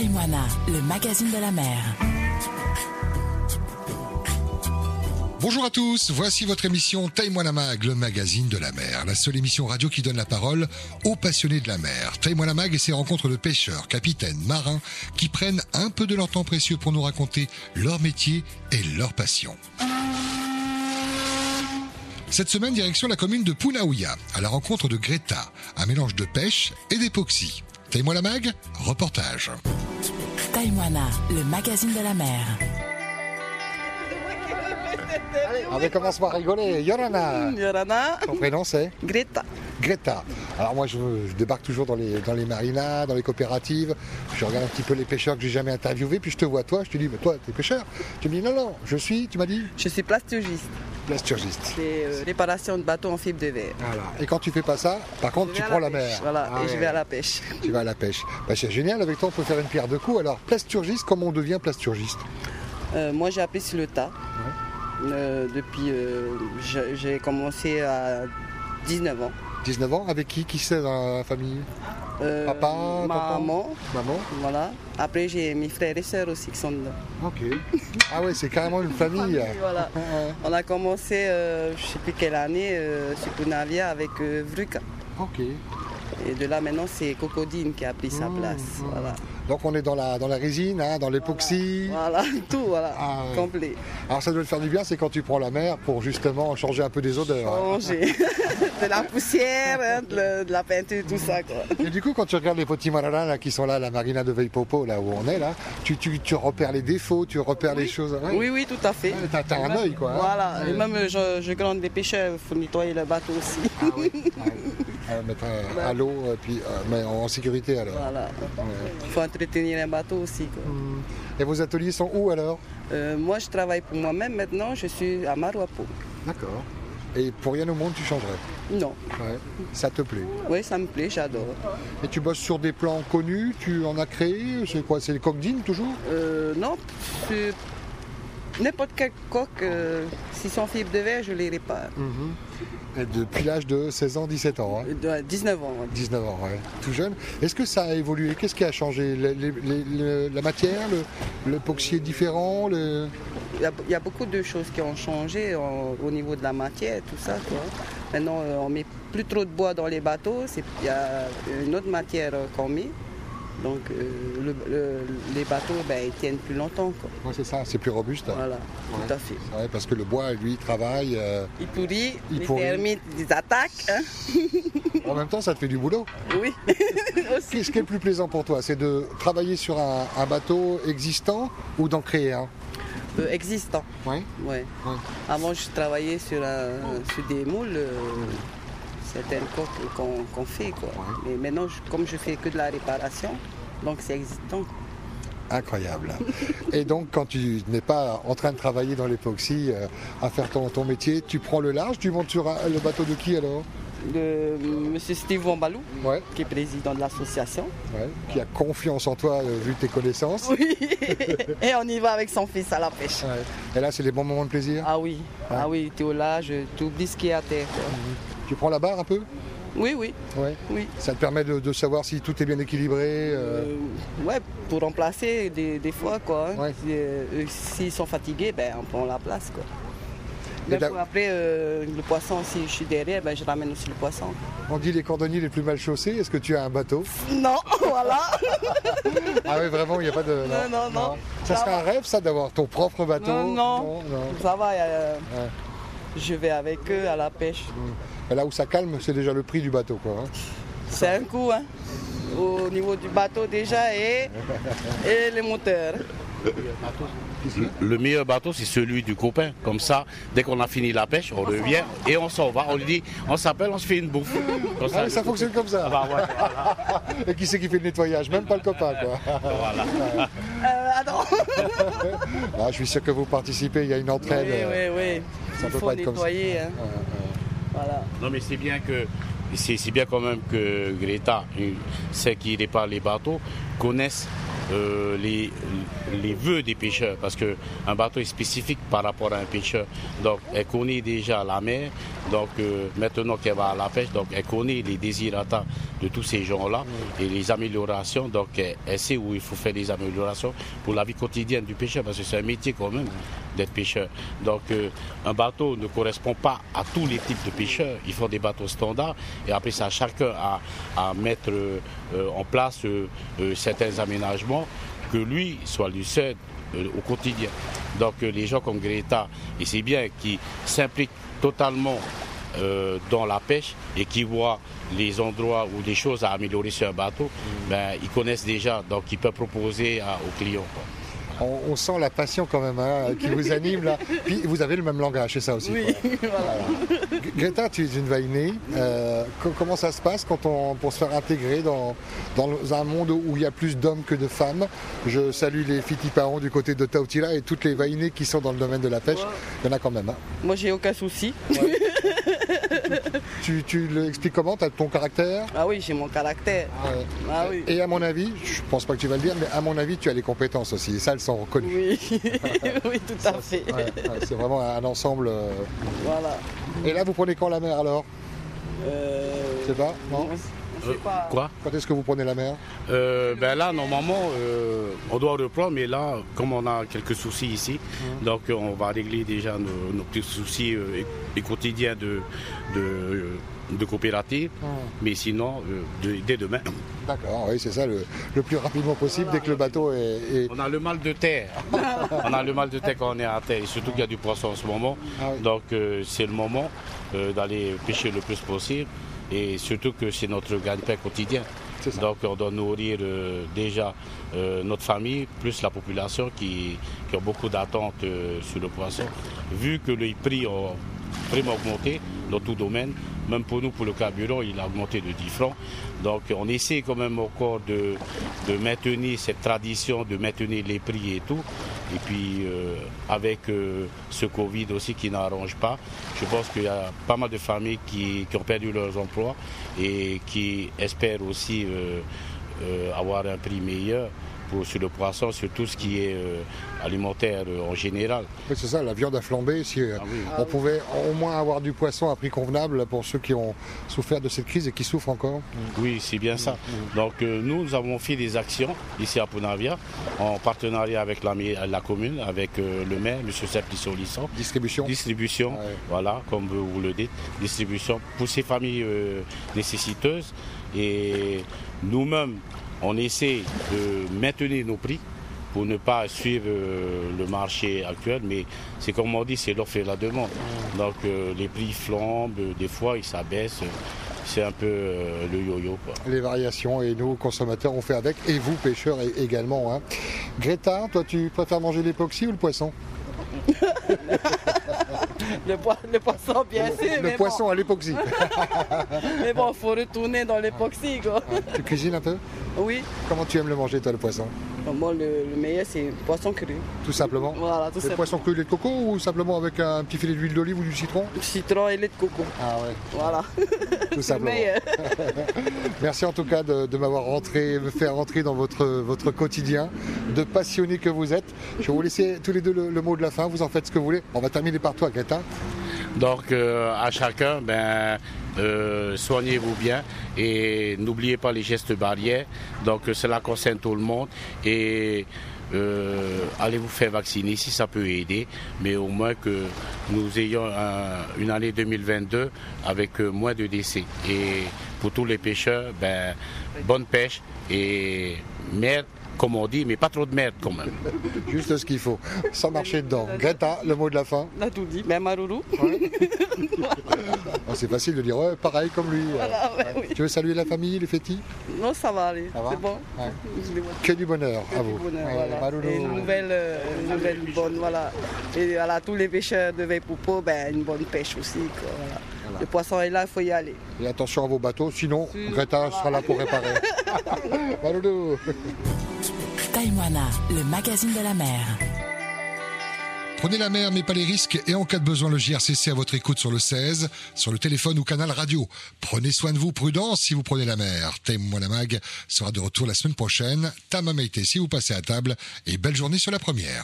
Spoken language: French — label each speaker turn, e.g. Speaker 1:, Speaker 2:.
Speaker 1: et Moana, le magazine de la mer.
Speaker 2: Bonjour à tous, voici votre émission Taille-moi la mag, le magazine de la mer, la seule émission radio qui donne la parole aux passionnés de la mer. Taille-moi la mag et ses rencontres de pêcheurs, capitaines, marins, qui prennent un peu de leur temps précieux pour nous raconter leur métier et leur passion. Cette semaine, direction la commune de Punaouia, à la rencontre de Greta, un mélange de pêche et d'époxy. Taille-moi la mag, reportage.
Speaker 1: Taïmoana, le magazine de la mer.
Speaker 2: On commence par rigoler. Yorana,
Speaker 3: Yorana,
Speaker 2: ton prénom c'est
Speaker 3: Greta.
Speaker 2: Greta. Alors moi, je, je débarque toujours dans les, dans les marinas, dans les coopératives. Je regarde un petit peu les pêcheurs que j'ai jamais interviewés. Puis je te vois, toi, je te dis, mais toi, t'es pêcheur. Tu me dis, non, non, je suis, tu m'as dit,
Speaker 3: Je suis plasturgiste.
Speaker 2: plasturgiste.
Speaker 3: C'est euh, réparation de bateaux en fibre de verre.
Speaker 2: Voilà. Et quand tu fais pas ça, par contre,
Speaker 3: Je
Speaker 2: tu
Speaker 3: vais à
Speaker 2: prends
Speaker 3: la
Speaker 2: la,
Speaker 3: pêche,
Speaker 2: mer.
Speaker 3: Voilà,
Speaker 2: Ah
Speaker 3: et je
Speaker 2: ouais,
Speaker 3: vais à la pêche.
Speaker 2: Tu vas à la pêche. Bah, c'est génial, avec toi, on peut faire une pierre de coups. Alors, plasturgiste, comment on devient plasturgiste
Speaker 3: Euh, moi, j'ai appris sur le tas. Euh, depuis, euh, j'ai- j'ai commencé à 19 ans.
Speaker 2: 19 ans, avec qui Qui c'est dans la famille
Speaker 3: Euh,
Speaker 2: Papa,
Speaker 3: ma
Speaker 2: papa
Speaker 3: maman.
Speaker 2: Maman
Speaker 3: Voilà. Après, j'ai mes frères et sœurs aussi qui sont dedans.
Speaker 2: Ok. Ah ouais, c'est carrément une famille. Ah,
Speaker 3: Famille, voilà. On a commencé, euh, je ne sais plus quelle année, euh, sur Punavia avec euh, Vruka.
Speaker 2: ah. Ok.
Speaker 3: Et de là, maintenant, c'est Cocodine qui a pris
Speaker 2: Mmh,
Speaker 3: sa place. Voilà.
Speaker 2: Donc on est dans la, dans la résine, hein, dans l'époxy.
Speaker 3: Voilà, tout, voilà,
Speaker 2: Ah ouais.
Speaker 3: complet.
Speaker 2: Alors ça doit le faire du bien, c'est quand tu prends la mer pour justement changer un peu des odeurs. hein.
Speaker 3: Orangé. de la poussière, hein, de, le- de la peinture, tout ça. Quoi.
Speaker 2: Et du coup, quand tu regardes les petits maranas là, qui sont là, la marina de Veipopo, là où on est, là, tu, tu, tu repères les défauts, tu repères les choses. hein. ouais.
Speaker 3: Oui, oui, tout à fait.
Speaker 2: Ouais, t'as- t'as un
Speaker 3: Même-
Speaker 2: œil, quoi, hein.
Speaker 3: Voilà,
Speaker 2: Ouais.
Speaker 3: et même je, je grande des pêcheurs, faut nettoyer le bateau aussi.
Speaker 2: Ah oui, ah oui. Ah, mettre un- à l'eau, et puis euh, mais en sécurité alors.
Speaker 3: Bah. Voilà, faut entretenir un bateau aussi. quoi.
Speaker 2: Mm. Et vos ateliers sont où alors
Speaker 3: Euh, moi, je travaille pour moi-même maintenant, je suis à Marouapo.
Speaker 2: D'accord. Et pour rien au monde, tu changerais.
Speaker 3: Non,
Speaker 2: Ouais. Ça te plaît.
Speaker 3: oui, ça me plaît, j'adore.
Speaker 2: Et tu bosses sur des plans connus, tu en as créé, c'est quoi C'est les coquedines toujours
Speaker 3: Euh, non, je- n'importe quel coq, euh, s'ils sont fibres de verre, je les répare.
Speaker 2: Mm. Et Depuis l'âge de 16 ans, 17 ans. hein.
Speaker 3: Euh, de- 19 ans, on dit.
Speaker 2: 19 ans, ouais. tout jeune. Est-ce que ça a évolué Qu'est-ce qui a changé Les- les- les- le- La matière Le, le poxier différent le...
Speaker 3: Il y a- il y, a beaucoup de choses qui ont changé en- au niveau de la matière, tout ça. quoi. Maintenant, euh, on met plus trop de bois dans les bateaux. c'est- Il y a une autre matière euh, qu'on met. Donc, euh, le- le- les bateaux, ben, ils tiennent plus longtemps. quoi.
Speaker 2: Ouais, c'est ça, c'est plus robuste.
Speaker 3: Voilà,
Speaker 2: Ouais.
Speaker 3: tout à fait.
Speaker 2: Ouais, parce que le bois, lui, travaille. euh,
Speaker 3: Ils pourrissent,
Speaker 2: Ils
Speaker 3: les
Speaker 2: pourrissent.
Speaker 3: termites, ils attaquent. hein.
Speaker 2: En même temps, ça te fait du boulot.
Speaker 3: Oui, aussi.
Speaker 2: Qu'est-ce qui est le plus plaisant pour toi C'est de travailler sur un, un bateau existant ou d'en créer un
Speaker 3: Euh, existant.
Speaker 2: Ouais.
Speaker 3: Ouais.
Speaker 2: Ouais.
Speaker 3: Avant, je travaillais sur, un- sur des moules, euh, certaines coques qu'on qu'on fait. Quoi. Mais maintenant, je- comme je fais que de la réparation, donc c'est existant.
Speaker 2: Incroyable. Et donc, quand tu n'es pas en train de travailler dans l'époxy euh, à faire ton, ton métier, tu prends le large, tu montes sur un- le bateau de qui alors
Speaker 3: de M. Steve Wambalou,
Speaker 2: Ouais.
Speaker 3: qui est président de l'association.
Speaker 2: Ouais, qui a confiance en toi euh, vu tes connaissances.
Speaker 3: Oui. Et on y va avec son fils à la pêche.
Speaker 2: Ouais. Et là, c'est les bons moments de plaisir.
Speaker 3: Ah oui, ah oui, t'es au large, t'oublies ce qui est à terre. quoi.
Speaker 2: Tu prends la barre un peu
Speaker 3: Oui, oui,
Speaker 2: ouais.
Speaker 3: oui.
Speaker 2: Ça te permet de, de savoir si tout est bien équilibré. euh,
Speaker 3: Euh, ouais, pour remplacer des, des fois, quoi. hein.
Speaker 2: Ouais.
Speaker 3: Si, euh, S'ils sont fatigués, ben, on prend la place, quoi.
Speaker 2: Et
Speaker 3: Même
Speaker 2: d'a-
Speaker 3: pour après, euh, le poisson, si je suis derrière, ben, je ramène aussi le poisson.
Speaker 2: On dit les cordonniers les plus mal chaussés. Est-ce que tu as un bateau
Speaker 3: Non, voilà.
Speaker 2: Ah oui, vraiment, il n'y a pas de.
Speaker 3: Non, non, non.
Speaker 2: Ça
Speaker 3: Ça
Speaker 2: serait un rêve, ça, d'avoir ton propre bateau
Speaker 3: Non, non.
Speaker 2: non.
Speaker 3: Ça va, euh,
Speaker 2: Ouais.
Speaker 3: je vais avec eux à la pêche.
Speaker 2: Et Là où ça calme, c'est déjà le prix du bateau. Quoi, hein.
Speaker 3: C'est un coup, hein. Au niveau du bateau déjà et, et les moteurs.
Speaker 4: Le meilleur bateau, c'est celui du copain. Comme ça, dès qu'on a fini la pêche, on revient et on s'en va. On lui dit, on s'appelle, on se fait une bouffe. Comme
Speaker 2: Ah oui, ça fonctionne comme ça.
Speaker 4: Bah ouais,
Speaker 2: Et qui c'est qui fait le nettoyage Même pas le copain. Quoi.
Speaker 4: voilà.
Speaker 3: Euh, attends.
Speaker 2: Ah, je suis sûr que vous participez, il y a une
Speaker 3: Oui,
Speaker 2: entraide. euh,
Speaker 3: oui, oui.
Speaker 2: ça
Speaker 3: Il
Speaker 2: peut
Speaker 3: faut
Speaker 2: pas être comme ça. Ah,
Speaker 3: nettoyer. hein. Voilà.
Speaker 4: Non, mais c'est bien que. C'est c'est bien quand même que Greta, une- celle qui répare les bateaux, connaisse euh, les, les vœux des pêcheurs, parce qu'un bateau est spécifique par rapport à un pêcheur. Donc, elle connaît déjà la mer. Donc, euh, maintenant qu'elle va à la pêche, donc elle connaît les désirata de tous ces gens-là et les améliorations. Donc, elle, elle sait où il faut faire des améliorations pour la vie quotidienne du pêcheur, parce que c'est un métier quand même d'être pêcheur. Donc, euh, un bateau ne correspond pas à tous les types de pêcheurs. Ils font des bateaux standards et après, c'est à chacun à, à mettre euh, en place euh, certains aménagements que lui soit du seul au quotidien. Donc euh, les gens comme Greta, et c'est bien, qui s'impliquent totalement euh, dans la pêche et qui voient les endroits ou les choses à améliorer sur un bateau, ben, ils connaissent déjà, donc ils peuvent proposer à, aux clients. Quoi.
Speaker 2: On, on, sent la passion quand même hein, qui vous anime là. Puis vous avez le même langage, c'est ça aussi.
Speaker 3: Oui, voilà.
Speaker 2: Voilà. Greta, tu es une vainée. Euh, comment ça se passe quand on, pour se faire intégrer dans, dans un monde où il y a plus d'hommes que de femmes Je salue les Fitipaons du côté de Tautila et toutes les vainées qui sont dans le domaine de la pêche. Il y en a quand même. Hein.
Speaker 3: Moi, j'ai aucun souci.
Speaker 2: Ouais. tu, tu l'expliques comment Tu as ton caractère
Speaker 3: Ah oui, j'ai mon caractère.
Speaker 2: Ah ouais.
Speaker 3: ah oui.
Speaker 2: Et à mon avis, je pense pas que tu vas le dire, mais à mon avis, tu as les compétences aussi. Et ça, elles sont reconnues.
Speaker 3: Oui, oui tout à ça, fait.
Speaker 2: C'est ouais, vraiment un ensemble. Euh...
Speaker 3: Voilà.
Speaker 2: Et là, vous prenez quand la mer alors
Speaker 3: euh...
Speaker 2: Je sais pas, non
Speaker 3: je sais pas.
Speaker 4: Quoi
Speaker 2: Quand est-ce que vous prenez la mer
Speaker 4: euh, ben Là, normalement, euh, on doit reprendre, mais là, comme on a quelques soucis ici, mmh. donc on va régler déjà nos, nos petits soucis euh, et, et quotidiens de, de, euh, de coopérative, mmh. mais sinon, euh, de, dès demain.
Speaker 2: D'accord, oui, c'est ça, le, le, plus rapidement possible, dès que le bateau est... est...
Speaker 4: On a le mal de terre. on a le mal de terre quand on est à terre, et surtout qu'il y a du poisson en ce moment. Ah, oui. Donc, c'est le moment euh, d'aller pêcher le plus possible et surtout que c'est notre gagne-pain quotidien. Donc on doit nourrir euh, déjà euh, notre famille, plus la population qui, qui a beaucoup d'attentes euh, sur le poisson. Vu que les prix ont vraiment augmenté dans tout domaine, même pour nous, pour le carburant, il a augmenté de 10 francs. Donc on essaie quand même encore de, de maintenir cette tradition, de maintenir les prix et tout. Et puis euh, avec euh, ce Covid aussi qui n'arrange pas, je pense qu'il y a pas mal de familles qui, qui, ont perdu leurs emplois et qui espèrent aussi euh, avoir un prix meilleur. Pour, sur le poisson, sur tout ce qui est euh, alimentaire euh, en général.
Speaker 2: Oui, c'est ça, la viande à flamber, si euh, ah oui. on pouvait au moins avoir du poisson à prix convenable pour ceux qui ont souffert de cette crise et qui souffrent encore.
Speaker 4: Oui, c'est bien ça. Mmh. Donc nous, nous avons fait des actions ici à Ponavia en partenariat avec la, la commune, avec euh, le maire, M. Simplicio Lisson.
Speaker 2: Distribution.
Speaker 4: Distribution, ah ouais. voilà, comme vous le dites, distribution pour ces familles euh, nécessiteuses. Et nous-mêmes, on essaie de maintenir nos prix pour ne pas suivre euh, le marché actuel, mais c'est comme on dit, c'est l'offre et la demande. Donc euh, les prix flambent, euh, des fois ils s'abaissent. C'est un peu euh, le yo-yo.
Speaker 2: Les variations et nous, consommateurs, on fait avec, et vous, pêcheurs également. Hein. Greta, toi, tu préfères manger l'époxy ou le poisson
Speaker 3: le, po le, poisson, bien
Speaker 2: le,
Speaker 3: sûr.
Speaker 2: Le
Speaker 3: Ah, mais
Speaker 2: poisson
Speaker 3: bon.
Speaker 2: à l'époxy.
Speaker 3: mais bon, il faut retourner dans l'époxy. quoi.
Speaker 2: tu cuisines un peu
Speaker 3: Oui.
Speaker 2: Comment tu aimes le manger, toi, le poisson
Speaker 3: Moi, le, le meilleur, c'est poisson cru.
Speaker 2: Tout simplement
Speaker 3: Voilà, tout
Speaker 2: Le poisson cru, lait de coco ou simplement avec un petit filet d'huile d'olive ou du citron
Speaker 3: Citron et lait de coco.
Speaker 2: Ah ouais.
Speaker 3: Voilà.
Speaker 2: Tout simplement.
Speaker 3: euh,
Speaker 2: Merci en tout cas de, de m'avoir rentré, me faire rentrer dans votre, votre quotidien, de passionné que vous êtes. Je vais vous laisser tous les deux le, le mot de la fin, vous en faites ce que vous voulez. On va terminer par toi, Greta.
Speaker 4: Donc euh, à chacun, ben, euh, soignez-vous bien et n'oubliez pas les gestes barrières. Donc euh, cela concerne tout le monde et euh, allez vous faire vacciner si ça peut aider, mais au moins que nous ayons un, une année 2022 avec euh, moins de décès. Et pour tous les pêcheurs, ben, bonne pêche et merde comme on dit, mais pas trop de merde quand même.
Speaker 2: Juste ce qu'il faut, sans marcher dedans. Greta, le mot de la fin.
Speaker 3: On a tout dit, même Marourou.
Speaker 2: Ouais. Oh, c'est facile de dire ouais, pareil comme lui.
Speaker 3: Voilà, Ah ouais, ouais. Oui.
Speaker 2: Tu veux saluer la famille, les fétis
Speaker 3: Non, ça va aller, c'est bon.
Speaker 2: Que du bonheur que à vous.
Speaker 3: Bonheur, voilà. Et une nouvelle, euh, une nouvelle bonne, voilà. Et voilà, tous les pêcheurs de Veypoupo, ben, une bonne pêche aussi. Quoi, voilà. Le poisson est là, il faut y aller.
Speaker 2: Et attention à vos bateaux, sinon si. Greta sera là pour réparer. Marourou
Speaker 1: Taïwana, le magazine de la mer.
Speaker 2: Prenez la mer mais pas les risques et en cas de besoin le JRCC à votre écoute sur le 16, sur le téléphone ou canal radio. Prenez soin de vous, prudence si vous prenez la mer. Témoin la mag sera de retour la semaine prochaine. Tamamaité si vous passez à table et belle journée sur la première.